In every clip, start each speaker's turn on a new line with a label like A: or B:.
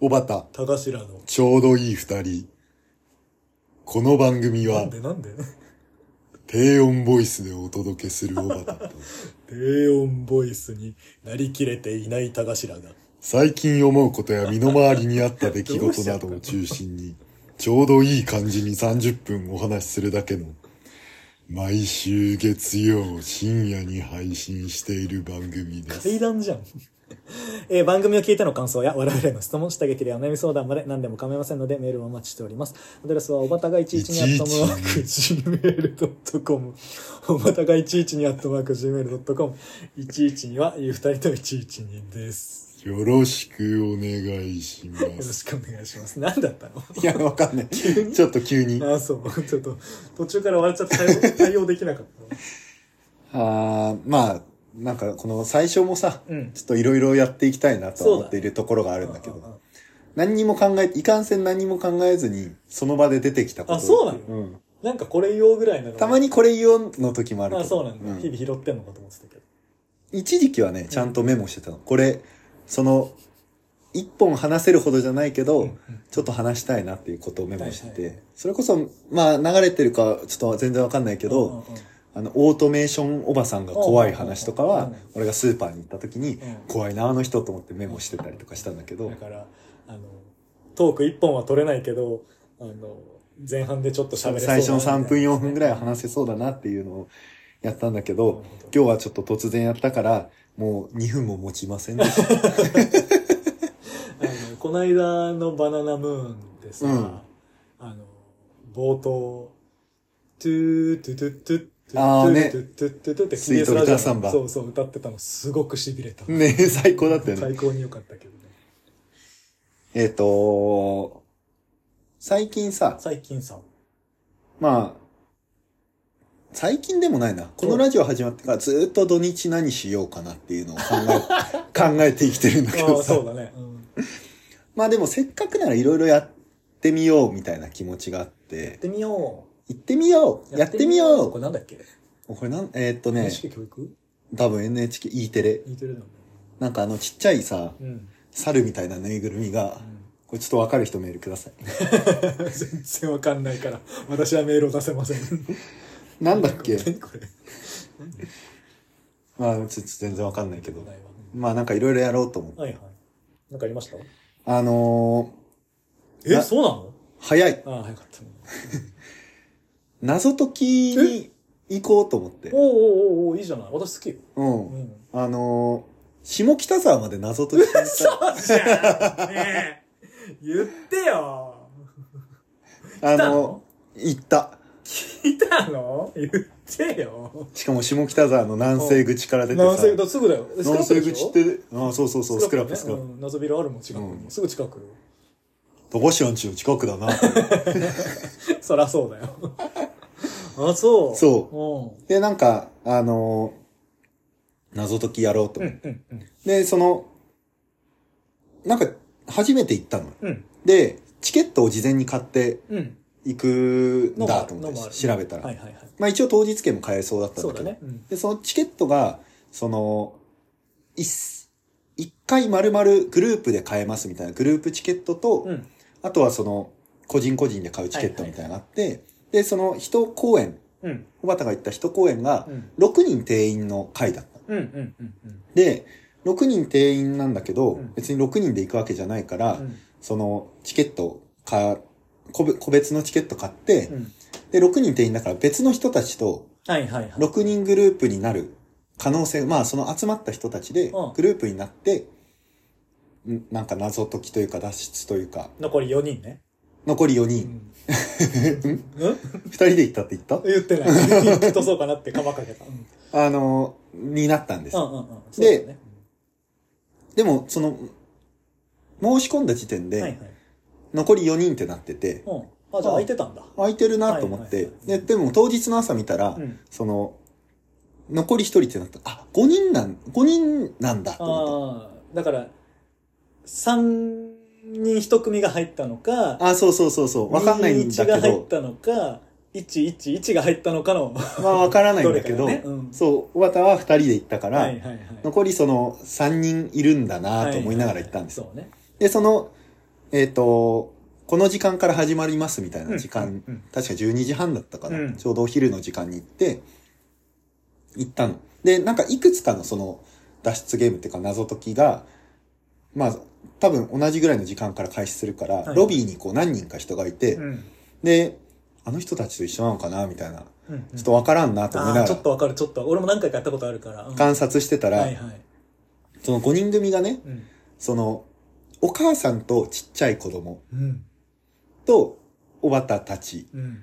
A: おばた、
B: 田頭の。
A: ちょうどいい二人。この番組
B: な
A: は
B: んでなんで
A: 低音ボイスでお届けするおばたと、
B: 低音ボイスになりきれていない田頭が。
A: 最近思うことや身の回りにあった出来事などを中心に、ちょうどいい感じに30分お話しするだけの、毎週月曜深夜に配信している番組です。
B: 階段じゃん。えー番組を聞いての感想や我々の質問、下劇でお悩み相談まで何でも構いませんのでメールをお待ちしております。アドレスはおばたが11にアットマーク gmail.com。おばたが11にアットマーク gmail.com。112は言う2人と112です。
A: よろしくお願いしま
B: よろ
A: す。
B: しくお願いします。何だったの
A: いや、わかんない。ちょっと急に。
B: ああ、そう。ちょっと、途中から笑っちゃって対応対応できなかった。
A: あーまあ、なんかこの最初もさ、
B: うん
A: ちょっといろいろやっていきたいなとは
B: そう
A: 思
B: だ
A: っているところがあるんだけ
B: あああ
A: ど、何にも考え、いかんせん何も考えずに、その場で出てきたこと。
B: あそうなの
A: うん。
B: なんかこれ言おうぐらいなの
A: たまにこれ言おうの時もある
B: あ
A: けど。
B: あ、そうなんだ。
A: ん
B: 日々拾ってんのかと思ってたけど。
A: 一時期はね、ちゃんとメモしてたの。これ、その、一本話せるほどじゃないけど、
B: うんうん
A: ちょっと話したいなっていうことをメモしてて、
B: はいはい
A: それこそ、まあ流れてるかちょっと全然わかんないけど、
B: うんうんうん
A: あの、オートメーションおばさんが怖い話とか
B: う
A: は
B: ん、
A: 俺がスーパーに行った時に
B: うん、
A: 怖いな、あの人と思ってメモしてたりとかしたんだけど
B: だ、から、あの、トーク一本は取れないけど、あの、前半でちょっと喋れそう
A: 最初の3分4分ぐらいは
B: 話
A: 話せそうだなっていうのをやったんだけ
B: な
A: ど
B: るほど、
A: 今日はちょっと突然やったから、もう2分も持ちませんで した。
B: あの、こないだのバナナムーンでさ、
A: うん
B: あの、冒頭、トゥートゥトゥトゥト
A: あーね
B: ゥトゥトゥトゥトゥって
A: スイートギターサンバ
B: そうそう、歌ってたのすごく痺れた。
A: ね最高だったよね。
B: 最高に良かったけどね。
A: えっと、最近さ、
B: 最近さ、
A: まあ、最近でもないな。このラジオ始まってからずーっと土日何しようかなっていうのを考え、 考えて生きてるんだけ
B: あ
A: ど
B: あ、
A: さ
B: そ。うだね。うんや
A: まあでもせっかくならいろいろやってみようみたいな気持ちがあっ、
B: っててみよ
A: 行ってみよ
B: う。
A: うやってみよ
B: これなんだっけ
A: うこれなん、えーっとね、
B: NHK 教育
A: 多分 NHK、E テレ。
B: 似てるだもんね。
A: なんかあのちっちゃいさ、
B: うん。
A: 猿みたいなぬいぐるみが、これちょっとわかる人メールください。
B: 全然わかんないから、私はメールを出せません。
A: なんだっけ
B: 何これ。
A: まあちょっと全然わかんないけど
B: ない。わ
A: まあなんかいろいろやろうと思って。
B: はいはい。なんかありました
A: あの
B: え、
A: な
B: そうなの
A: ー、早い。
B: ああ、早かったね。
A: 謎解きに行こうと思って
B: お。おおうおうおういいじゃない。私好きよ。
A: う。
B: うんん。
A: あのー、下北沢まで謎解き に行った。
B: じゃあ、ねえ言ってよ。
A: あ
B: たの
A: のー、行った。
B: 聞いたの言ってよ。
A: しかも下北沢の南西口から出てさ
B: 南西口、すぐだよ。
A: 南西口っ
B: スクラップでして
A: あそうそうそ
B: ょ
A: うスクラップスクラッ
B: ね
A: プ
B: うん謎ビルあるもん、近く
A: う
B: に。
A: ん
B: すぐ近くよ。
A: 戸柱の家の近くだな
B: そらそうだよ。あ、そう。。
A: そうでなんかあのー謎解きやろうと
B: うん。う
A: 思って、
B: ん、うん、うん。
A: でそのなんか初めて行ったの
B: うん、
A: でチケットを事前に買って
B: うん。
A: いくん
B: のもあ
A: だ
B: る
A: と思
B: のもあ
A: っ
B: る
A: て調べたら、
B: はいはいはい。
A: まあ一応当日券も買えそうだったん
B: そ
A: だ
B: う
A: け
B: だ
A: ど
B: ね。うん。
A: でそのチケットがその一一回丸々グループで買えますみたいなグループチケットと、
B: うん。
A: あとはその、個人個人で買うチケットみたいなのがあって、で、その一公演、
B: うん。
A: 小畑が行った一公演が
B: う、ん。
A: 6人定員の会だった。
B: うん。うん。うん。
A: で、6人定員なんだけど、
B: うん
A: 別に6人で行くわけじゃないから、
B: うん。
A: その、チケットを買う個別個別のチケット買って、
B: うん。
A: で、6人定員だから別の人たちと、
B: はいはいはい。
A: 6人グループになる可能性、まあその集まった人たちで
B: うん、
A: グループになって、んなんか謎解きというか脱出というか、
B: 残り4人ね。
A: 残り4
B: う
A: 人、
B: ん。
A: う
B: うん
A: 2人で行ったって言った
B: 言ってない。きっとそうかなって鎌かけた。うん。
A: あの、になったんです。
B: うんうんうん。そうだ
A: で
B: ね
A: でも、その、申し込んだ時点
B: うんはい
A: で
B: は、い。
A: 残り4人ってなってて、
B: うん。あ、じゃあ空いてたんだ。
A: 空いてるなと思っ
B: はい
A: て
B: はいは、い
A: で、でも当日の朝見たら
B: う、ん。
A: その、残り1人ってなった。あ、5人なん、5人なんだと思っ
B: ああ、だから、3人1組が入ったのか、
A: た。あ、そうそうそうそう。わかんないんだけ
B: 21が入っ
A: ど、
B: たのか、111が入ったのかの、
A: まあわからないんだけど
B: どれかだねう、ん
A: そう、小畑は2人で行ったか
B: は
A: ら
B: い、はいはい。
A: 残りその3人いるんだなと思いながら行ったんです。
B: はいはいはいそうね。
A: で、そのえっ、と、この時間から始まりますみたいな時間、
B: うんうんうん
A: 確か12時半だったかな、
B: うん
A: ちょうどお昼の時間に行って、行ったの。で、なんかいくつかのその脱出ゲームっていうか謎解きが、まあ、多分同じぐらいの時間から開始するから、
B: はい
A: ロビーにこう何人か人がいて、
B: うん
A: で、あの人たちと一緒なのかなみたいな、
B: うんうん
A: ちょっとわからんなと思い
B: あ
A: な
B: あ、
A: が
B: ちょっ
A: ら
B: とわかる、ちょっと。俺も何回かやったことあるから。うん
A: 観察してたら、
B: はいはい。
A: その5人組がね、
B: うん。
A: その、お母さんとちっちゃい子供
B: うん。
A: とおばたたち、
B: うん。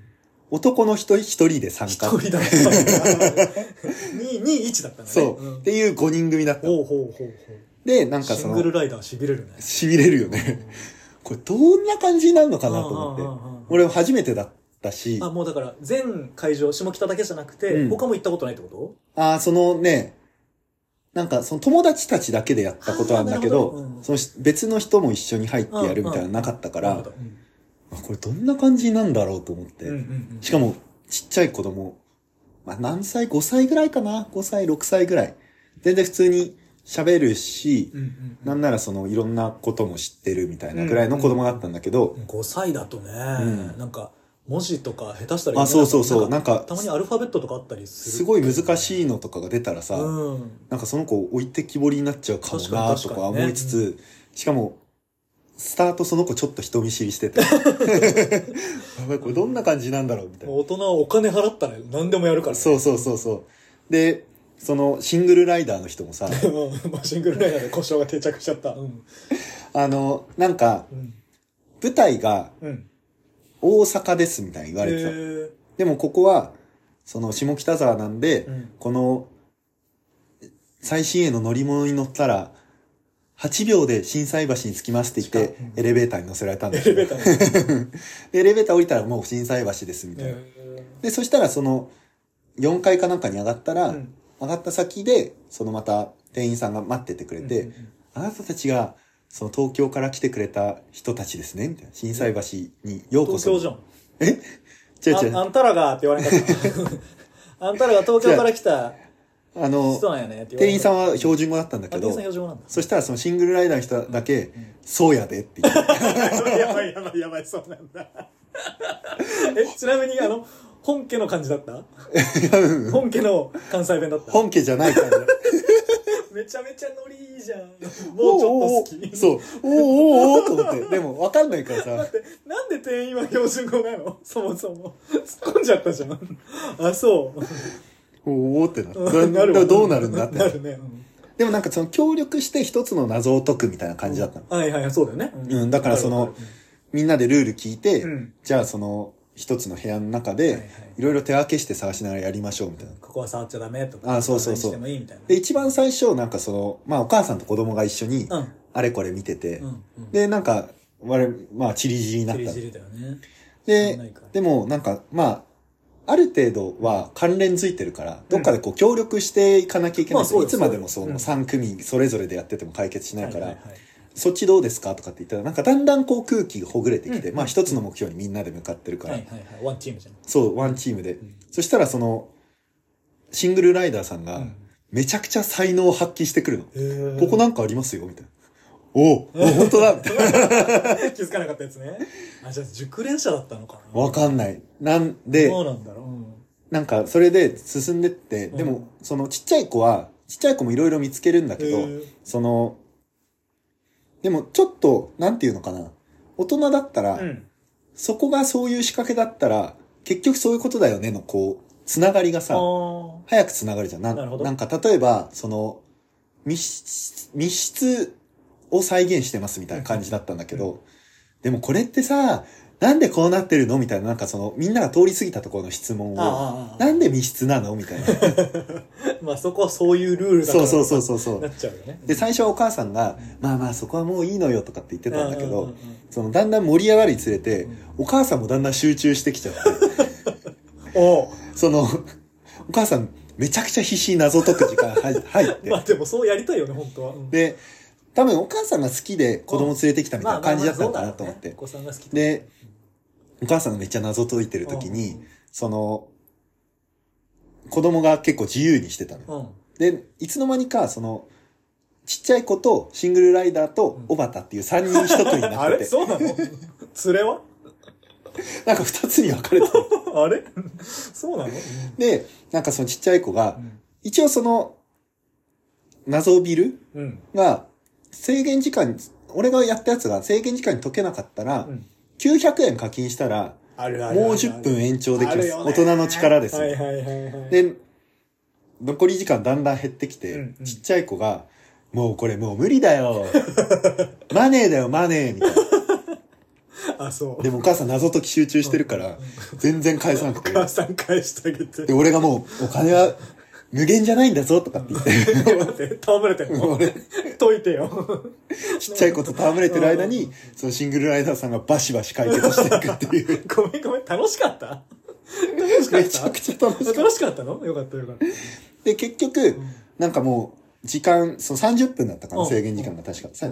A: 男の人一人で参
B: 一
A: 加。
B: 人だったんだ。2、2、1だったんだね。
A: そう、
B: ん
A: っていう5人組だった。
B: ほうほうほうほう。
A: で、なんか
B: シ
A: そ
B: ングル
A: の、
B: ライダーしびれるね。
A: 痺れるよね。 これどんな感じになるのかなと
B: うんうん
A: 思って。
B: うんうん
A: 俺初めてだったし、
B: あ、もうだから、全会場、下北だけじゃなくて、
A: うん
B: 他も行ったことないってこと
A: ああ、そのね、なんかその友達たちだけでやったことなんだけど、
B: あーなるほどうん
A: そのし別の人も一緒に入ってやるみたいなのなかったから、
B: なるほどうん
A: あこれどんな感じになんだろうと思って。
B: うんうん
A: しかも、ちっちゃい子供、まあ、何歳 ?5 歳ぐらいかな ?5 歳、6歳ぐらい。全然普通に喋るし、
B: うん。うん
A: なんならそのいろんなことも知ってるみたいなぐらいの子供だったんだけど、
B: うん。5歳だとね、
A: ん
B: なんか、文字とか下手したら
A: あそうそうそう
B: なんか
A: なんか
B: たまにアルファベットとかあったりする。
A: すごい難
B: い。
A: しいのとかが出たらさ、
B: うん。
A: なんかその子置いてきぼりになっちゃうかも
B: 確か
A: な
B: に
A: と
B: 確かにね
A: か思いつつ、しかも、スタートその子ちょっと人見知り してて。やばい、これどんな感じなんだろうみたい
B: も
A: な
B: う。大人はお金払ったら何でもやるから、ね。
A: そうそうそうそう。で、そのシングルライダーの人も さ、
B: うんまあシングルライダーで故障が定着しちゃった。うん。
A: あの、なんか、
B: うん。
A: 舞台が
B: うん。
A: 大阪ですみたいに言わ
B: へ
A: れてた。
B: ー
A: でもここは、その下北沢なんで、
B: うん
A: この、最新鋭の乗り物に乗ったら、8秒で震災橋に着きますって言って
B: 近い、
A: エレベーターに乗せられたんで
B: エ
A: す
B: レ
A: よ。
B: ベーター
A: でエレベーター降りたらもう震災橋ですみ
B: に。
A: たいな。
B: へ
A: で、そしたらその、4階かなんかに上がったら、
B: ーうん
A: 上がった先で、そのまた店員さんが待っててくれて、
B: うんうんうん
A: あなたたちが、その東京から来てくれた人たちですね、みたいな。震災橋にようこ
B: 東
A: そ。
B: 京じゃん。
A: 違う違う
B: ああんたら がって言 われなかった。あんたらが東京から来た
A: あの、
B: 人なんやねって言われ
A: 店員さん
B: は
A: は標準語だったんだけ
B: あ、店
A: ど
B: 員さん、標準語なんだ。
A: そしたらそのシングルライダーの人だけ
B: ん、
A: そうやでって言って、
B: やばいやばいやばい、そうなんだ。 え、ちなみに、あの、本家の感じだ った本家の関西弁だった
A: 本家じゃな い感じ。
B: めちゃめちゃノリいいじゃん。もうちょっと好
A: おーおーおー
B: き。
A: そう。おーおーおーと思って。でもわかんないからさ、
B: 待ってなんで店員は標準語なのそもそも。突っ込んじゃったじゃん。あ、そう。
A: おーおーってなって。そ
B: うん
A: れ
B: わ
A: どうなるんだって
B: な
A: な。
B: るね。うん
A: でもなんかその協力して一つの謎を解くみたいな感じだったの。
B: はいはいはい、そうだよね。
A: うんだからそのみんなでルール聞いて
B: うん、
A: じゃあその一つの部屋の中
B: はいは
A: で
B: い、
A: いろいろ手分けして探しながらやりましょうみたいな。
B: ここは触っちゃダメとか。
A: あそうそうそう
B: ここは何してもいいみたいな。
A: で、一番最初なんかその、まあお母さんと子供が一緒に
B: う、ん。
A: あれこれ見てて
B: う、ん。うん、
A: で、なんか、我々、まあ、チリジリになっ
B: チリ
A: た
B: ジ。リだよね。そんな
A: で
B: にか、
A: でも、なんか、まあ、ある程度は関連づいてるから、どっかでこう協力していかなきゃいけな
B: ま
A: い
B: あ
A: し、
B: そう
A: い
B: です
A: つまでもそ
B: うん
A: の3組それぞれでやってても解決しないから、
B: はいはいはい
A: そっちどうですかとかって言ったら、なんかだんだんこう空気がほぐれてきて、
B: うん
A: まあ一つの目標にみんなで向かってるか
B: はい
A: ら、
B: はいはい。ワンチームじゃん。
A: そう、ワンチームで。
B: ん
A: そしたらその、シングルライダーさん
B: う
A: が
B: ん、
A: めちゃくちゃ才能を発揮してくるの。こ
B: こ
A: こなんかありますよみたいな。おうお、本当だみたいな。
B: 気づかなかったやつね。あ、じゃあ熟練者だったのかな。
A: わかんない。なんで、
B: そうなんだろう。うん
A: なんかそれで進んでって、
B: うん
A: でもそのちっちゃい子は、ちっちゃい子もいろいろ見つけるんだけ
B: へ
A: ど、
B: ー
A: その、でもちょっと、なんていうのかな。大人だったら、
B: うん。
A: そこがそういう仕掛けだったら、結局そういうことだよねの、こう、つながりが
B: あ
A: さ、
B: ー
A: 早くつながるじゃん。な
B: なるほ
A: ん
B: ど
A: なんか例えば、その、密室、密室を再現してますみたいな感じだったんだけど、でもこれってさ、なんでこうなってるのみたいな、なんかその、みんなが通り過ぎたところの質問を、
B: あー。
A: なんで密室なのみたいな。
B: まあそこは そういうルールだか
A: そ
B: ら。
A: うそうそうそうそう
B: な。っちゃうよね。
A: で、最初はお母さんが、まあまあそこはもういいのよとかって言ってたんだけ
B: うんう
A: ど
B: んうんうん、
A: そのだんだん盛り上がるにつれて
B: うん、
A: お母さんもだんだん集中してきちゃって、
B: おう
A: その、お母さんめちゃくちゃ必死に謎解く時間 入入って
B: ま、あでもそうやりたいよね、本当は。うん
A: で、多分お母さんが好きで子供連れてきたみたいな感じだったのかなと思っ
B: まあ
A: て。
B: まあそうだろうねお子さんが好きとか
A: で、お母さんがめっちゃ謎解いてる時
B: う
A: に
B: んうん、
A: その、子供が結構自由にしてたのよ。
B: うん。
A: で、いつの間にか、その、ちっちゃい子とシングルライダーと小畑っていう3人一組に な
B: あ
A: って
B: れ
A: て、
B: そう なの連れは
A: なんか2つに分かれてる
B: あれそうなの、
A: で、なんかそのちっちゃい子が
B: う、ん
A: 一応その、謎ビル
B: うん
A: が制限時間に、俺がやったやつが制限時間に解けなかったら、
B: うん
A: 900円課金したら、
B: あるある
A: もう10分延長でき
B: あ
A: ま
B: る
A: す。
B: よね
A: 大人の力ですよ。
B: はいはいはいはい
A: で、残り時間だんだん減ってきて、
B: うんうん
A: ちっちゃい子が、もうこれもう無理だ よ。マネーだよ、マネーみたいな。
B: あ そう
A: でもお母さん謎解き集中してるから、全然返さなく
B: お
A: て。
B: 母さん返してあげて
A: で、俺がもう、お金は無限じゃないんだぞとかって 言って、
B: 待って戯れてんの
A: 俺
B: 解いてよ
A: ちっちゃい子と戯れてる間に、そのシングルライダーさんがバシバシ解決していくっていう。
B: ごめんごめん楽しかった楽しかった
A: めちゃくちゃ楽しかった。
B: 楽しかったのよかったよかった
A: で、結局、なんかもう、時間、その30分だったか
B: う
A: な、
B: ん
A: 制限時間が確か。さ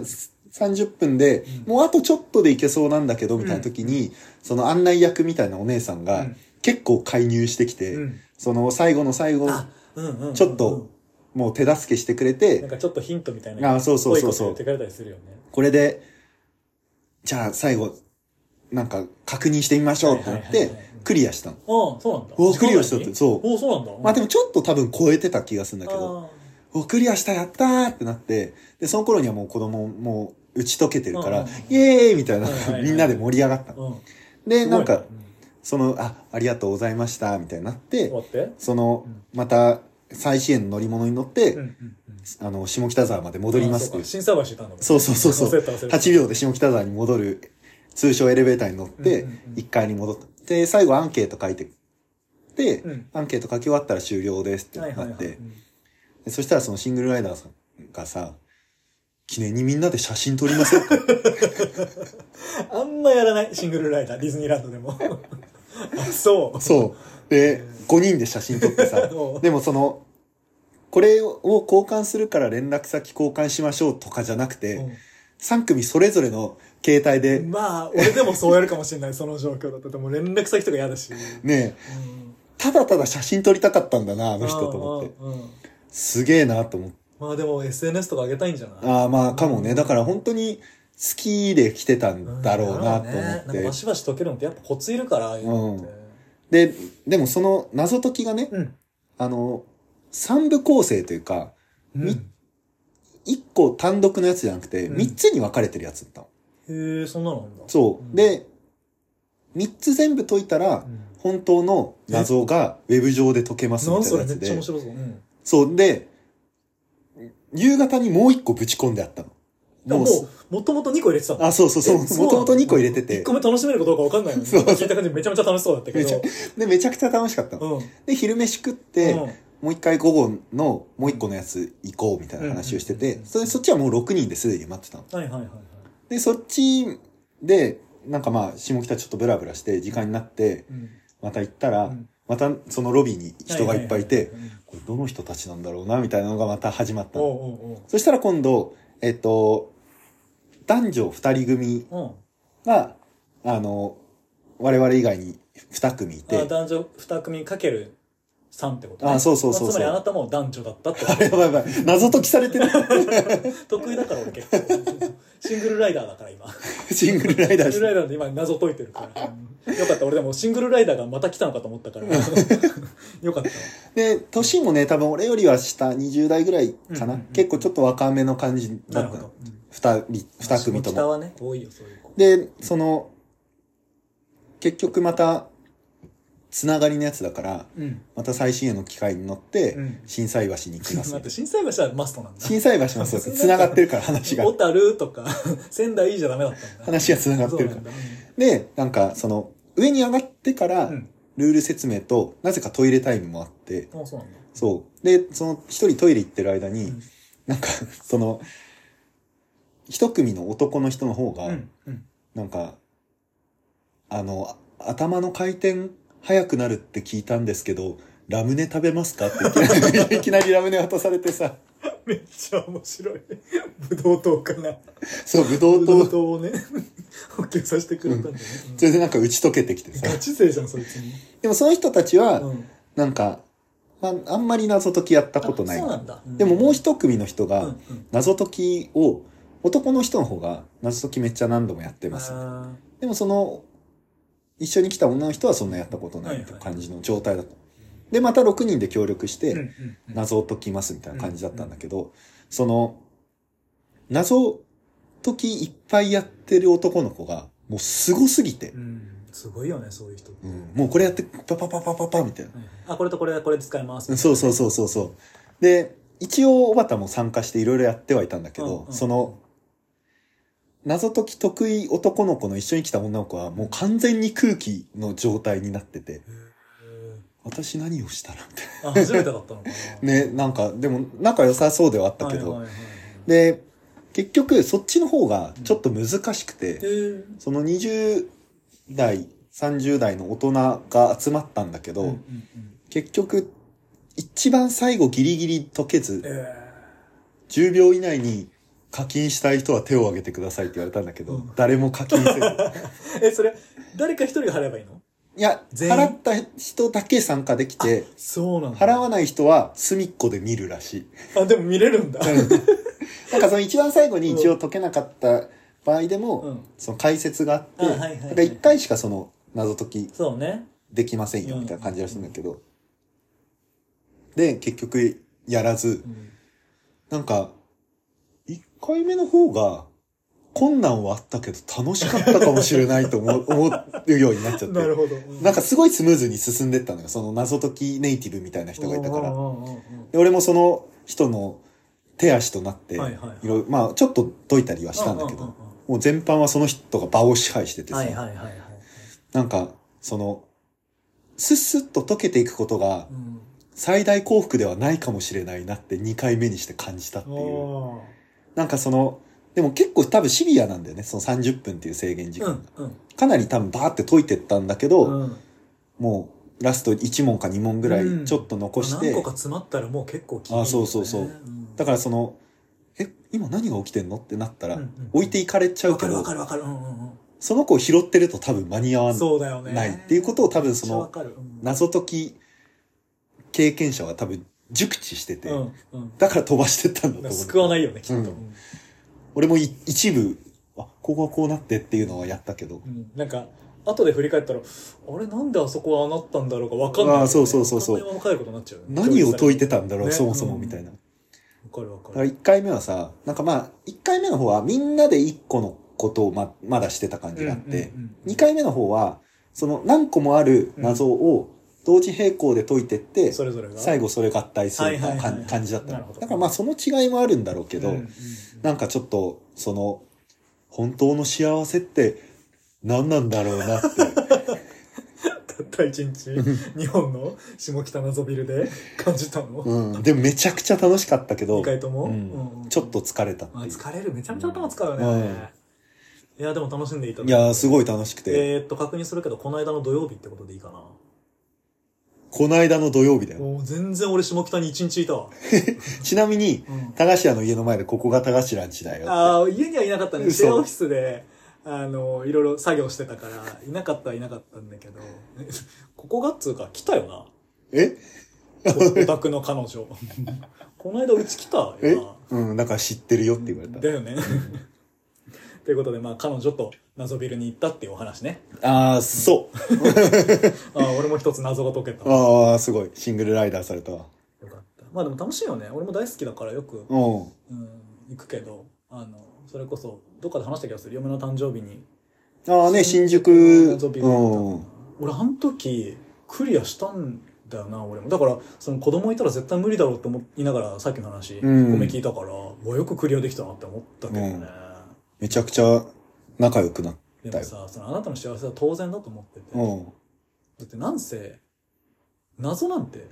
A: 30分で、もうあとちょっとでいけそうなんだけど、みたいな時に、その案内役みたいなお姉さん
B: う
A: が
B: ん、
A: 結構介入してきて
B: うん、
A: その最後の最後、
B: あうんうんうんうん
A: ちょっと、もう手助けしてくれて
B: なん、かちょっとヒントみたいな
A: あそうそうそうそ
B: ぽいこと言
A: う
B: ってくれたりするよね
A: これで、じゃあ最後、なんか確認してみましょうってな
B: は
A: っ
B: いはい
A: て
B: はいはい、
A: クリアしたの。
B: ああそうなんだ
A: おクリアしたってそう
B: おそうなんだ
A: まあでもちょっと多分超えてた気がするんだけど、
B: あ
A: お、クリアした、やったーってなって、で、その頃にはもう子供もう打ち解けてるか
B: う
A: ら
B: んうん、
A: イエーイみたいな
B: はいはいは、い
A: みんなで盛り上がった
B: ー
A: の。
B: うん
A: で、
B: すご
A: ないんか、その、あ、ありがとうございました、みたいになっ
B: うん
A: て
B: 終わ、って
A: その
B: うん、
A: また、再支援の乗り物に乗っ
B: うんうん
A: て、
B: うん
A: あの、下北沢まで戻りますってい
B: あ
A: う。
B: そうか審査橋いたんだもん
A: そうそうそうそう
B: 忘れた忘れた
A: 8秒で下北沢に戻る、通称エレベーターに乗っ
B: う
A: て
B: んうんうん、
A: 1階に戻った。で、最後アンケート書いて、で
B: うん、
A: アンケート書き終わったら終了ですって
B: はいは
A: ないっ
B: はい
A: て、でそしたらそのシングルライダーさんがさ、記念にみんなで写真撮りませ んか
B: あんまやらないシングルライダーディズニーランドでもあそう
A: そう。で、5人で写真撮っ てさ
B: おう、
A: でもその、これを交換するから連絡先交換しましょうとかじゃなくて、3組それぞれの携帯
B: う
A: で
B: ん、まあ俺でもそうやるかもしれないその状況だとでも連絡先とか嫌だし、う
A: ね、
B: ん、
A: ただただ写真撮りたかったんだな、あ
B: あ
A: の人と思って。
B: あ、うん、
A: すげえなと思って。
B: まあでも SNS とか上げたいんじゃない
A: ああ、まあかもね。だから本当に好きで来てたんだろうな
B: んだ
A: と
B: ろ
A: 思
B: うね
A: っ
B: なんか
A: て
B: バ。シバシ解けるのってやっぱコツいるからああいうのって
A: で、でもその謎解きがね、
B: うん、
A: あの、三部構成というか、
B: うん
A: み一個単独のやつじゃなくて、
B: うん
A: 三つに分かれてるやつだったの。
B: へえそんなのなんだ
A: そうう。
B: ん
A: で、三つ全部解いたら
B: う、ん
A: 本当の謎がウェブ上で解けますみ
B: なん
A: たい
B: そ
A: な
B: れ
A: や
B: めっ
A: つ
B: ちゃ
A: で
B: 面。白そう、うん、
A: そう。で、夕方にもう一個ぶち込んであったの。
B: でも
A: もう、
B: もともと2個入れてたの
A: あ、そうそうそう。もともと2個入れてて
B: 1個、目楽しめるかどうかわかんないのに
A: そう
B: 聞いた感じめちゃめちゃ楽しそうだったけ
A: めちゃ
B: ど
A: で、めちゃくちゃ楽しかったの。
B: うん
A: で、昼飯食って、
B: うん
A: もう一回午後のもう一個のやつ行こうみたいな話をして
B: う
A: て
B: ん、
A: それそっちはもう6人ですでに待ってたの。
B: はいはいはいはい
A: で、そっちで、なんかまあ、下北ちょっとブラブラして、時間になって、
B: うん
A: また行ったら、
B: うん
A: またそのロビーに人がいっぱいい
B: はは
A: て
B: は、はうん
A: これどの人たちなんだろうな、みたいなのがまた始まったの。
B: おうおう
A: そしたら今度、えっと、男女二人組
B: おううん
A: が、あの、我々以外に二組いて、
B: あ男女2組かける3ってこと、
A: あそうそうそ
B: ま
A: うそう
B: あつまりあなたも男女だったってこ
A: あ やばいやばい、謎解きさ れてる。
B: と得意だから俺結構シングルライダーだから今
A: シングルライダ
B: シ
A: ー
B: ングルライダーで今謎解いてるからうんよかった俺でもシングルライダーがまた来たのかと思ったから よかったわ
A: で、年もね、多分俺よりは下、20代ぐらいかな。
B: うんうんうん
A: 結構ちょっと若めの感じ
B: な
A: だ
B: る
A: っ
B: ほ
A: たの
B: ど。うん
A: 二人、二組と
B: 下北
A: も。
B: はね多いよそういう子
A: で、その、結局また、つながりのやつだから、
B: うん
A: また最新鋭の機械に乗って
B: うん、
A: 震災橋に行きま
B: 待
A: す
B: っ。て心斎橋はマスト なんだ
A: 震災橋もそうです。つながってるから話が
B: 小。樽とか 仙台じゃダメだったんだ
A: 話がつながってる
B: そ
A: か
B: うなんだ
A: ら。で、なんか、その、上に上がってから
B: う、ん
A: ルール説明と、なぜかトイレタイムもあって、
B: うんあそうなんだ
A: そう。で、その、一人トイレ行ってる間に、
B: うん
A: なんか、その、一組の男の人の方が、
B: うんうん
A: なんか、あの、あ頭の回転早くなるって聞いたんですけど、ラムネ食べますかっていきな りいきなりラムネ渡されてさ、
B: めっちゃ面白い。 ブドウ糖かな。
A: そう、ぶど
B: ブ
A: う
B: ドウ
A: と、
B: 糖をね、 補給させてくれたんだね。
A: それでなんか打ち解けてきてさ
B: ガ。チ勢じゃん、そいつに。
A: でもその人たちは、
B: うん
A: なんか、まあ、あんまり謎解きやったことない
B: あそうなんだ、うん
A: でももう一組の人
B: う
A: が
B: んうん
A: 謎解きを男の人の方が謎解きめっちゃ何度もやってます
B: あー
A: でもその一緒に来た女の人はそんなやったことないって感じの状態だとでまた6人で協力し
B: うんうん
A: て
B: うん
A: 謎を解きますみたいな感じだったんだけどその謎解きいっぱいやってる男の子がもうすごすぎて
B: う、んすごいよねそういう人、
A: うん、もうこれやってパパパパパパみたいな
B: はいあこれとこれこれで使います
A: そうそうそうそうそう。で、一応、おばたも参加していろいろやってはいたんだけど、
B: うんうん
A: その、謎解き得意男の子の一緒に来た女の子はもう完全に空気の状態になってて、
B: へー
A: 私何をしたらみたい
B: あ初めてだったのかな
A: な。ね、なんか、でも仲良さそうではあったけど、
B: はいはいはいはい
A: で、結局そっちの方がちょっと難しくて、
B: へー
A: その20代、30代の大人が集まったんだけど、
B: うんうんうん
A: 結局、一番最後ギリギリ解けず、
B: え
A: 10秒以内に課金したい人は手を挙げてくださいって言われたんだけど、
B: うん
A: 誰も課金 せず。
B: ーえそれ誰か一人が払えばいいの
A: いや、
B: 全員
A: 払った人だけ参加できて、
B: そうなんだ
A: 払わない人は隅っこで見るらしい。
B: あでも見れるんだ
A: なんかその一番最後に一応解けなかった場合でも、
B: うん
A: その解説があって、
B: あはいはいはい
A: だから1回しかその謎解き
B: そうね
A: できませんよみたいな感じらしいんだけど、で、結局やらず、
B: うん
A: なんか、一回目の方が、困難はあったけど楽しかったかもしれないと 思う思うようになっちゃって。
B: なるほどうん
A: なんかすごいスムーズに進んでったのよ。その謎解きネイティブみたいな人がいたから
B: う。んうんうんうん
A: で俺もその人の手足となって、
B: はいはいはい
A: いろいろまあちょっと解いたりはしたんだけ
B: うんうんう、
A: ど
B: ん
A: もう全般はその人が場を支配してて
B: うん
A: さ、
B: はいはいはいはい
A: なんか、その、スッスッと解けていくことが
B: うん
A: 最大幸福ではないかもしれないなって2回目にして感じたっていう。
B: おー
A: なんかその、でも結構多分シビアなんだよね、その30分っていう制限時
B: う
A: 間が。
B: んうん
A: かなり多分バーって解いてったんだけど、
B: うん
A: もうラスト1問か2問ぐら
B: うん
A: いちょっと残して、
B: 何個か詰まったらもう結構
A: あそうそうそうんだからその、え、今何が起きてんのってなったら、
B: うんうん
A: 置いていかれちゃう
B: わ
A: け
B: かる
A: ど
B: わ、かるわかるうんうん
A: その子を拾ってると多分間に合
B: う
A: わ
B: んそうだよね
A: ないっていうことを多分その
B: めっちゃわかるうん
A: 謎解き経験者は多分熟知してて、
B: うんうん
A: だから飛ばしてったんだと思う。
B: 救わないよねきっと、う
A: うんん俺もい一部、あ、ここはこうなってっていうのはやったけど、
B: うんなんか後で振り返ったらあれなんであそこはああなったんだろうかわかんない、
A: あそうそうそうそう
B: 頭かることになっちゃうよね
A: 何を解いてたんだろう、
B: ね
A: そもそも
B: うん
A: みたいな。
B: わかるわか
A: だ
B: る
A: から1回目はさ、なんかまあ、1回目の方はみんなで1個のことをま、まだしてた感じがあって
B: うんうんうん、うん
A: 2回目の方は、その何個もある謎を同時並行で解いてって、
B: それぞれが
A: 最後それ合体するみた
B: は
A: いな
B: いはいはい
A: 感感じだった
B: なるほ
A: の。
B: ど
A: だからまあその違いもあるんだろうけ
B: け
A: ど、
B: うんうんうん
A: なんかちょっと、その、本当の幸せって何なんだろうなって。
B: たった一日日本の下北謎ビルで感じたの、
A: うん。でもめちゃくちゃ楽しかったけど、
B: 二回とも、
A: う
B: うんうん
A: ん、ちょっと疲れたって
B: あ
A: いう。
B: 疲れるめちゃめちゃ頭使うよね、あれ
A: うん
B: いやでも楽しんでいただ
A: いやーす
B: い
A: ごい楽しくて、
B: えー、っと確認するけどこの間の土曜日ってことでいいかな
A: この間の土曜日だよ。
B: もう全然俺下北に一日い たわ、
A: ちなみに、
B: うん
A: 高橋屋の家の前でここが高橋ランチだよ。
B: ああ家にはいなかったね
A: 嘘
B: シェアオフィスであのいろいろ作業してたからいなかったはいなかったんだけど ここがっつうか来たよな
A: え
B: おお宅の彼 女この間うち来たよ
A: え
B: な
A: うん、だから知ってるよって言われた。
B: だよね ということでまあ彼女と謎ビルに行ったっていうお話 ね
A: ああ、そう。
B: あー俺も一つ謎が解けたよ
A: ああ、すごい。シングルライダーされたわ。
B: かったまあでも楽しいよね俺も大好きだからよく、
A: うん。
B: うん、行くけどあのそれこそどっかで話した気がする嫁の誕生日に
A: ああね、新宿。う
B: 謎ビルだった
A: ん。
B: 俺あの時クリアしたんだよな俺もだからその子供いたら絶対無理だろうって思いながらさっきの話、
A: うん
B: ごめん聞いたからうわよくクリアできたなって思ったけどね、
A: うんめちゃくちゃ仲良くなっ
B: でもさそのあなたの幸せは当然だと思ってて、
A: た。うん。
B: だってなんせ謎なんて、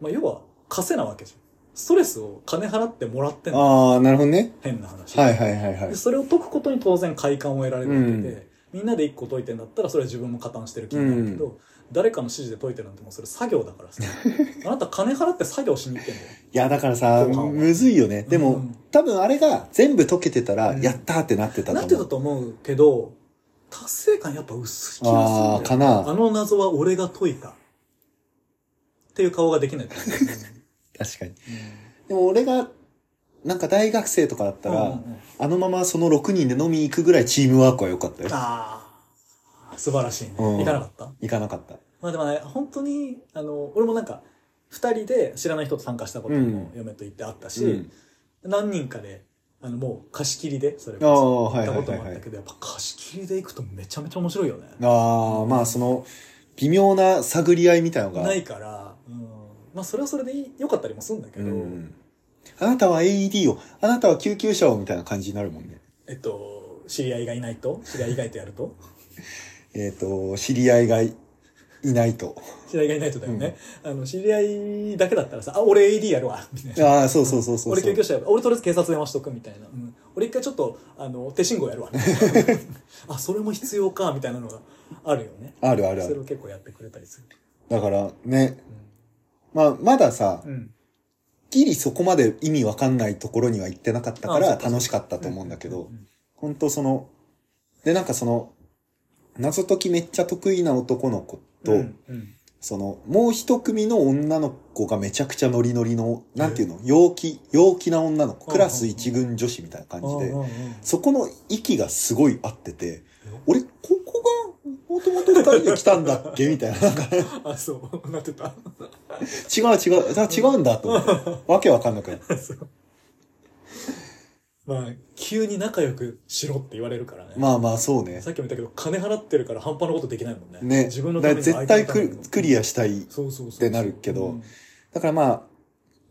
B: まあ、要は稼なわけじゃんストレスを金払ってもらってんの
A: ああ、なるほどね。
B: 変な話、
A: はいはいはいはい
B: で。それを解くことに当然快感を得られるわけで、みんなで一個解いてんだったらそれは自分も加担してる気になるけど、誰かの指示で解いてるなんてもうそれ作業だから さあなた金払って作業しに行ってんだよ
A: いや、だからさ、
B: 後半は
A: むずいよね。でも、
B: うん
A: 多分あれが全部解けてたら、
B: うん
A: やったーってなってたと
B: な
A: 思う。
B: ってたと思うけど達成感やっぱ薄い気がするんだよ
A: ああ、かな。
B: あの謎は俺が解いたっていう顔ができないと思う。
A: 確かに。でも俺が、なんか大学生と かだったら、
B: うんうんうん
A: あのままその6人で飲みに行くぐらいチームワークは良かったよ。
B: ああ、素晴らしいね。
A: うん
B: 行かなかった
A: 行かなかった。
B: まあでもね、本当に、あの、俺もなんか、二人で知らない人と参加したことも嫁と言ってあったし、
A: うん
B: 何人かで、あの、もう貸し切りで、それ
A: ああ
B: こそ行
A: は
B: っ
A: い
B: た
A: はい
B: こと
A: はいはい
B: もあったけど、やっぱ貸し切りで行くとめちゃめちゃ面白いよね。
A: ああ、まあその、微妙な探り合いみたいなのが。
B: ないから、うん、まあそれはそれでいい良かったりもするんだけ
A: う
B: ど、
A: ん。あなたは AED を、あなたは救急車をみたいな感じになるもんね。
B: えっと、知り合いがいないと、知り合い以外とやると、
A: えっ、と、知り合いがいない と。
B: 知り合いがいないとだよね。あの、知り合いだけだったらさ、あ、俺 AD やるわ、みたいな。
A: ああ、そうそうそうそうそう。
B: 俺救急車やる俺とりあえず警察電話しとくみたいな、うん俺一回ちょっとあの手信号 やるわあそれも必要かみたいなのがあるよね
A: あるあるあ
B: それを
A: る。
B: 結構やってくれたりする
A: だからね、まあ、まださ、
B: うん
A: ギリそこまで意味わかんないところには行ってなかったか
B: あそ
A: ら
B: うかそうか
A: 楽しかったと思うんだけど
B: うん、
A: 本当その、で、なんかその、謎解きめっちゃ得意な男の子と、
B: うんうん
A: その、もう一組の女の子がめちゃくちゃノリノリの、なんていうの、陽気、陽気な女の子、クラス一軍女子みたいな感じ
B: うんうん
A: で、
B: うん
A: そこの息がすごい合ってて、俺、ここが、もともと二人で来たんだっけみたいな。なんか、違
B: あそう なってた
A: う違う、あ違うんだと思 って。わけわかんなくなって。
B: そうまあ急に仲良くしろって言われるからね、
A: まあまあ、そうね
B: さ。っきも言ったけど金払ってるから半端なことできないもんね
A: ね。
B: 自分のた
A: だか
B: め
A: ら
B: に
A: 絶対クリクリ
B: ア
A: アしたい。
B: そうそうそう
A: ってなるけど
B: うん
A: だからまあ、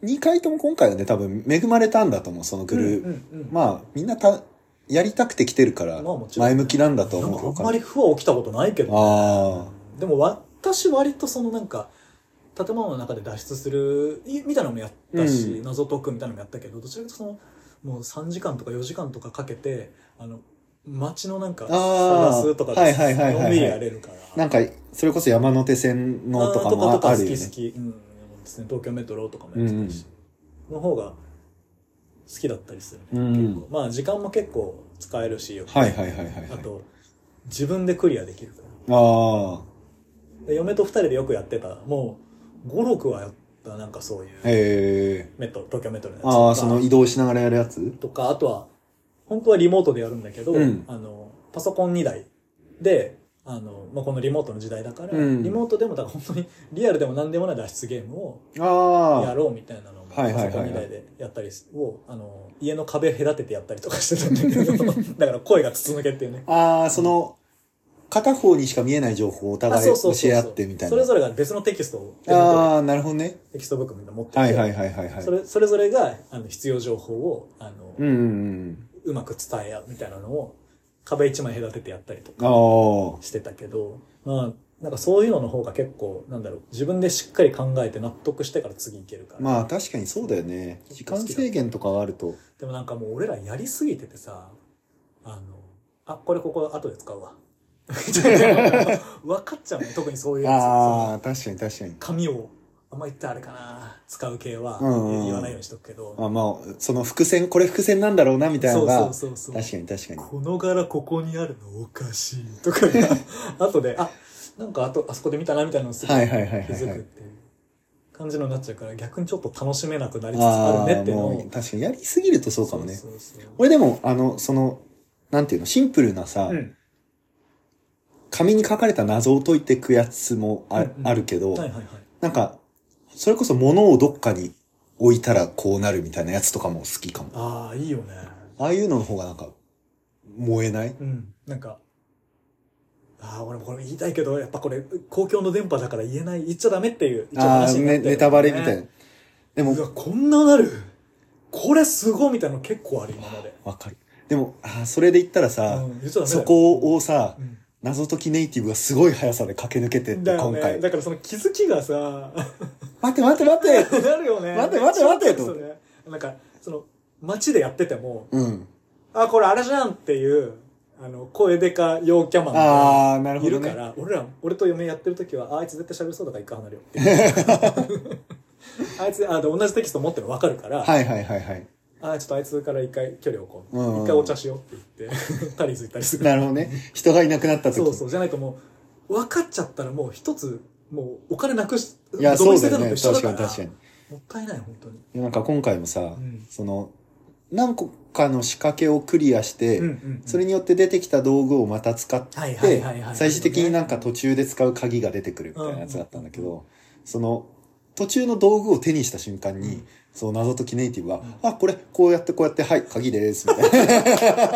A: 2回とも今回はね、多分恵まれたんだと思う、そのグループ。
B: うんうんうん
A: まあ、みんなた、やりたくて来てるから
B: まあも、ちろん
A: 前向きなんだと
B: なん
A: 思
B: か
A: う
B: あ
A: か
B: んま
A: ら。
B: り不和起きたことないけどね
A: あ
B: でも私割とそのなんか建物の中で脱出するいみたいなのもやったし、
A: うん
B: 謎解くみたいなのもやったけどどちらかというとそのもう3時間とか4時間とかかけてあの街のなんか
A: あ
B: 探
A: ー
B: すとか
A: はいはいはいはいはい
B: のんびりやれるから
A: あ。なんか、それこそ山手線のとかも
B: あーとか
A: ああ
B: とか
A: る
B: 好
A: よ
B: き
A: ね
B: 好。き、うんですね、東京メトロとかもやってたし、の方が好きだったりするね、
A: うん
B: 結構まあ時間も結構使えるしよく
A: はいはいはいはいはい。
B: あと自分でクリアできるから
A: あ
B: で嫁と二人でよくやってたもう56はやったなんかそうい
A: あ、
B: う
A: へえ。
B: メトロ東京メトロのやつとか
A: ああ、その移動しながらやるやつ
B: とかあとは本当はリモートでやるんだけど、
A: うん
B: あのパソコン2台であの、まあ、このリモートの時代だから、
A: うん
B: リモートでもだから本当にリアルでも何でもない脱出ゲームをや
A: ああ、
B: ろうみたいなのをパ
A: はいはいはいはい
B: ソコン2台でやったりすをあの家の壁隔ててやったりとかしてたんだけど だから声が筒抜けっていうね
A: ああ、その、片方にしか見えない情報をお
B: あ
A: 互い教え合ってみたい
B: それ
A: な。
B: ぞれが別のテキストを手元で
A: ああ、なるほどね。
B: テキストブックみたいなの持ってて、
A: はいはいはいはいはい。
B: それそれぞれがあの必要情報をあの、う
A: うんうん
B: まく伝え合うみたいなのを壁一枚隔ててやったりと
A: うん。あ
B: か
A: あ。
B: してたけど、まあ、なんかそういうのの方が結構なんだろう自分でしっかり考えて納得してから次いけるから、
A: まあ確かにそうだよね。時間制限とかがあると。
B: でもなんかもう俺らやりすぎててさあのあこれここ後で使う わ分かっちゃうね特にそういうやつ
A: ああ、確かに確かに。
B: 紙をあんま言ったらあれかな使う系は
A: うん
B: 言わないようにしとくけど、
A: あまあ、その伏線、これ伏線なんだろうなみたいな
B: そ
A: の
B: うそ
A: が
B: う、そうそう
A: 確かに確かに。
B: この柄ここにあるのおかしいとか が後であなんかあとあそこで見たなみたいなのをすぐ気
A: はいはいはいはい、
B: づく
A: は
B: っ
A: い。
B: ていう感じのになっちゃうから逆にちょっと楽しめなくなりつつあ
A: あ
B: るねっ
A: あ、
B: ていうの
A: も
B: を
A: う確かにやりすぎるとそうかもね。
B: そうそうそう
A: 俺でも、あの、その、なんていうの、シンプルなさ、
B: うん
A: 紙に書かれた謎を解いてくやつもあ,、
B: うんうん
A: あるけど、
B: はいはいはい
A: なんか、それこそ物をどっかに置いたらこうなるみたいなやつとかも好きかも。
B: ああいいよね
A: ああいうのの方がなんか、燃えない
B: うんなんかああ俺もこれ言いたいけどやっぱこれ公共の電波だから言えない言っちゃダメっていう一応
A: ああ、
B: 話になっ
A: ね
B: てる
A: ネタバレみたいな。でも
B: う、わこんななるこれすごいみたいなの結構ある今まで、
A: わかる。でも、あーそれで言ったらさ、
B: うん、言っちゃダメだよ
A: そこをさ、
B: うん
A: 謎解きネイティブがすごい速さで駆け抜けてって、
B: だよ
A: 今
B: ね
A: 回。
B: だからその気づきがさ
A: 待って待って待って
B: なるよね
A: 待て待て待てと
B: そうねなんかその街でやってても
A: うん。
B: 「あこれあれじゃん」っていうあの声でか陽キャマンが
A: ああ、なるほ
B: い
A: ど
B: る
A: ね。
B: から、俺ら俺と嫁やってる時はああいつ絶対喋りそうだから一回離れようってい うあいつあで同じテキスト持ってるの分かるから、
A: はいはいはいはい。
B: あちょっとあいつから一回距離を置こう、
A: うん
B: 一回お茶しようって言って タリーズ行ったりする
A: なるほどね。人がいなくなった時。
B: そうそうじゃないともう分かっちゃったらもう一つもうお金なくし
A: いや、そうだよ
B: の
A: ね。
B: と一緒
A: 確
B: だ
A: か
B: か
A: に
B: ら
A: 確かに。い
B: もったいない本当に
A: やなんか今回もさ、
B: うん
A: その、何個かの仕掛けをクリアして、
B: うんうんうん
A: それによって出てきた道具をまた使って
B: はいはいはいはい
A: 最終的になんか途中で使う鍵が出てくるみたいなやつだったんだけ
B: うんうん
A: どその途中の道具を手にした瞬間
B: う
A: に
B: ん
A: その謎解きネイティブは
B: ん
A: 「あこれこうやってこうやってはい鍵です」みたいな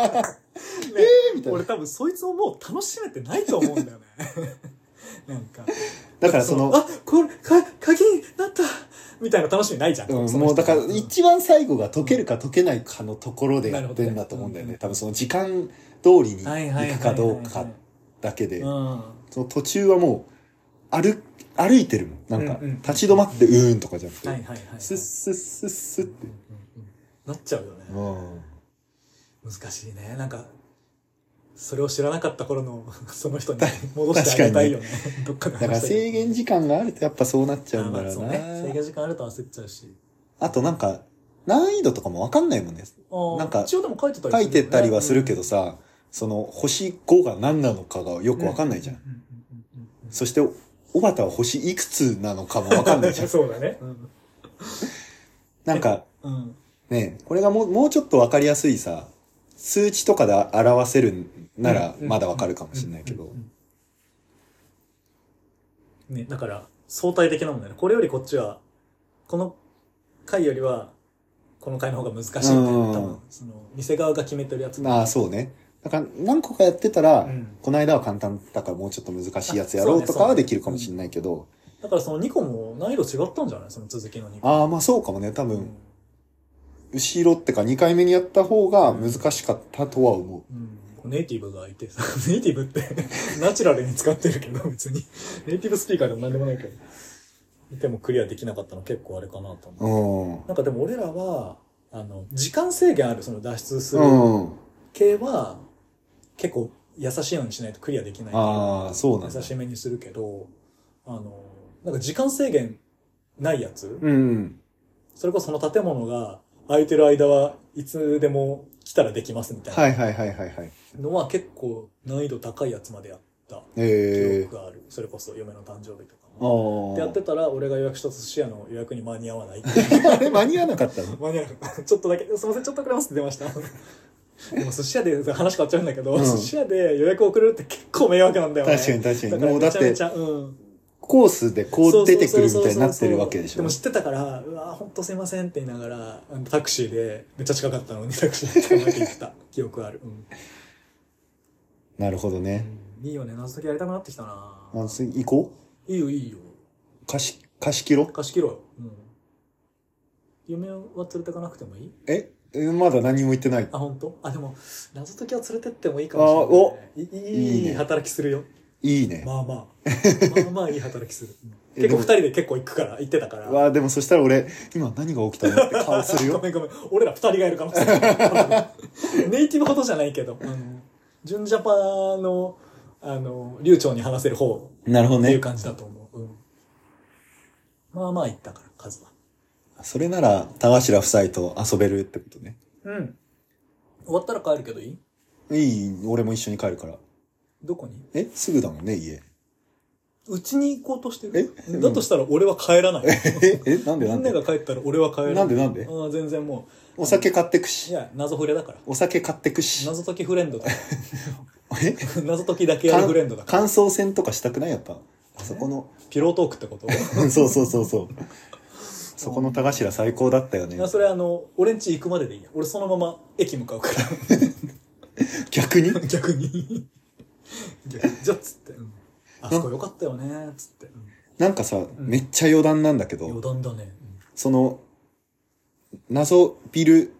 B: ね
A: みたいな
B: 俺多分そいつももう楽しめてないと思うんだよね なんか
A: だからそ の
B: あこれか鍵になったみたいな楽しみないじゃん、
A: うん
B: その
A: も
B: 人
A: うだから
B: ん
A: 一番最後が解けるか解けないかのところでやってんだと思うんだよ
B: な
A: ね
B: るほどね
A: 多分その時間通りに
B: はいはいはい
A: 行
B: はい
A: くかどうかだけで
B: うん
A: その途中はもう歩歩いてるもんなんか
B: うんうん
A: 立ち止まって「うーん」とかじゃなく
B: はいはい
A: て
B: はい
A: スッスッスッスッって。
B: なっちゃうよね、
A: うん
B: 難しいねなんかそれを知らなかった頃の その人に戻してあげたいよね どっかで
A: だから制限時間があるとやっぱそうなっちゃ
B: 間
A: うんだろう
B: そう
A: な。
B: ね制限時間あると焦っちゃうし
A: あとなんか、難易度とかもわかんないもんね。
B: あ
A: なんか
B: 一応でも書いてたり
A: 書いてたりはするけ
B: ど
A: どさ、その星5が何なのかがよくわかんないじゃん。そして、小畑は星いくつなのかもわかんないじゃ ん。
B: そうだねうん
A: なんか、
B: うん
A: ね、これがもうもうちょっとわかりやすいさ、数値とかで表せるなら
B: うん
A: まだわかるかもしれないけど。
B: ねだから相対的なもんだよねこれよりこっちはこの回よりはこの回の方が難しいみたいな
A: うん
B: 多分その店側が決めてるやつ
A: ああ、そうね。だから何個かやってたら、
B: うん
A: この間は簡単だからもうちょっと難しいやつやろうとかはできるかもしれないけど、
B: だからその2個も難易度違ったんじゃないその続きの2個
A: ああ、まあそうかもね。多
B: う
A: 分
B: ん、
A: 後ろってか2回目にやった方が難しかったとは思
B: うん、ネイティブがいて さ、ネイティブってナチュラルに使ってるけど、別に。ネイティブスピーカーでも何でもないけど。いてもクリアできなかったの結構あれかなと思う。
A: う。
B: なんかでも俺らは、あの、時間制限あるその脱出す
A: う
B: る
A: ん。うん。
B: 系は、結構優しいようにしないとクリアできないから。
A: ああ、そうなんだ
B: 優。しめにするけど、あの、なんか時間制限ないやつ、
A: うん。
B: それこそその建物が空いてる間はいつでも来たらできますみたいな。
A: はいはいはいはいはい。
B: のは結構難易度高いやつまでやった記
A: ええ
B: 憶がある、それこそ嫁の誕生日とかもで
A: あ
B: や
A: あ
B: ってたら俺が予約した寿司屋の予約に間に合わないっていう
A: あれ間に合わなかったの
B: 間に合わなかったちょっとだけ「すいませんちょっとくれます」って出ましたでも寿司屋で話変わっちゃうんだけど、
A: うん
B: 寿司屋で予約遅れるって結構迷惑なんだよね
A: 確かに確か
B: だ
A: に。
B: から
A: もうだ
B: め
A: っ
B: ちゃめ
A: て
B: ち、ゃ、うん、
A: コースでこ
B: そうそ
A: 出てくるみたいにな
B: そう
A: って
B: そうそうそう
A: るわけでし
B: で
A: ょ
B: も。知ってたから「うわ本当すいません」って言いながらあのタクシーでめっちゃ近かったのにタクシーで捕まえて行った記憶ある、うん
A: なるほどね。
B: いいよね謎解きやりたくなってきたな
A: あ次行こ
B: いいよいいよ
A: う貸し、貸し切ろう
B: 貸し切ろう、うん、嫁は連れてかなくてもいい
A: ええまだ何も言ってない。
B: あ本当あでも謎解きは連れてってもいいかもしれないねいいい
A: いいね
B: 働きするよ
A: いいね。
B: まあま あまあまあいい働きするうん結構
A: えでも
B: 二人で結構行くから行ってたから
A: わあ、でもそしたら俺、今何が起きたのって顔する
B: ご
A: よ。
B: めんごめん俺ら二人がいるかもしれない ネイティブほどじゃないけどあの純ジャパのあの流暢に話せる方
A: なるほど
B: ってい
A: ね
B: う。感じだと思う、うん、まあまあ行ったから数は
A: それなら、田頭夫妻と遊べるってことね。
B: うん終わったら帰るけどいい
A: いい、俺も一緒に帰るから。
B: どこに
A: えすぐだもんね、家。
B: うちに行こうとしてる
A: え
B: だとしたら俺は帰らない
A: ええなんで
B: み
A: なん
B: んな
A: で
B: が帰ったら俺は帰らない
A: なんでなんで
B: ああ全然も
A: お酒買ってく
B: うい
A: し。
B: や謎フレだから
A: お酒買ってくし。
B: 謎解きフレンドだから
A: え
B: 謎解きだけやるフレンドだから
A: 感想戦とかしたくないやっぱ。あそこの、
B: ピロートークってこと
A: そうそうそうそう。そこの田頭最高だったよね
B: いや。それあの俺ん家行くまででいいや俺そのまま駅向かうから
A: 逆に
B: 逆に逆にじゃあっつって、うんあそこよかったよねっつって、うん
A: なんかさ、めっちゃ余談なんだけ
B: 余
A: ど、
B: 談だね、
A: その、謎ビル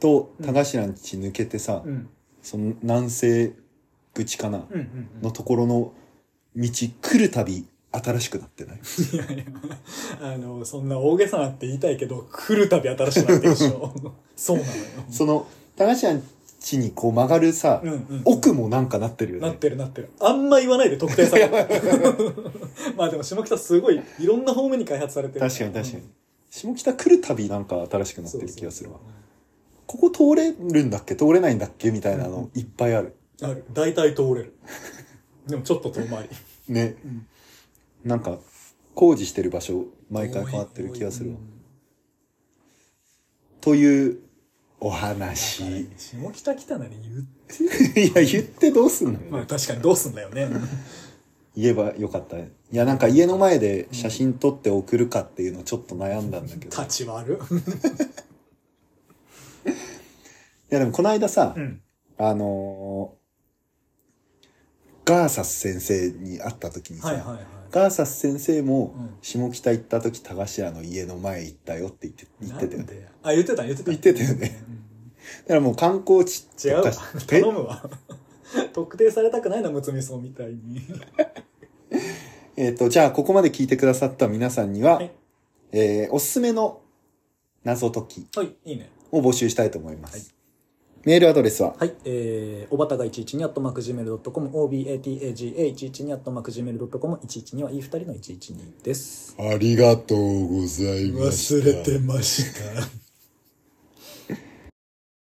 A: と田頭んち抜けてさ、
B: うん、うん
A: その南西口かな、
B: うんうんうん
A: のところの道来るたび新しくなってない
B: いやいや、あの、そんな大げさなって言いたいけど、来るたび新しくなってるでし ょ。そうなのよ。
A: その、田頭んちにこう曲がるさ、
B: うんうんうん
A: 奥もなんかなってるよ
B: なっ
A: ね。
B: てるなってる。あんま言わないで特定さ れる。まあでも下北すごい、いろんな方面に開発されてるら。
A: 確かに確か
B: う
A: に
B: ん。
A: 下北来るたびなんか新しくなって
B: そう
A: る
B: そう
A: 気がするわ。
B: そう
A: ここ通れるんだっけ通れないんだっけみたいな
B: うんう
A: の
B: ん
A: いっぱいある。
B: ある。大体通れる。でもちょっと遠回り。
A: ね。
B: ん
A: なんか、工事してる場所、毎回変わってる気がするわ。というお話。い
B: 下北北なり言う。
A: や、言ってどうすんのよ、
B: まあ確かにどうすんだよね。
A: 言えばよかった。いや、なんか家の前で写真撮って送るかっていうのちょっと悩んだんだけど。い
B: 立ち悪。
A: や、でもこの間さ、
B: うん。
A: あのーガーサス先生に会った時にさ、
B: はいはいはい。
A: ガーサス先生も
B: うん
A: 下北行った時、駄菓子屋の家の前行ったよって言って言ってたよ
B: なん
A: ね。
B: であ、言ってた言ってた。
A: 言ってたよね。だからもう観光地
B: 違う
A: と
B: わ
A: かし。
B: 頼むわ。 特定されたくないな、むつみそうみたいに。
A: えっ、と、じゃあここまで聞いてくださった皆さんには、
B: はい
A: えーおすすめの謎解き
B: はい、いいね。
A: を募集したいと思います。メールアドレスは、
B: はい、えー、おばたが112 at macgmail.com、obataga112 at macgmail.com、112はいい二人の112です。
C: ありがとうございました。
B: ました。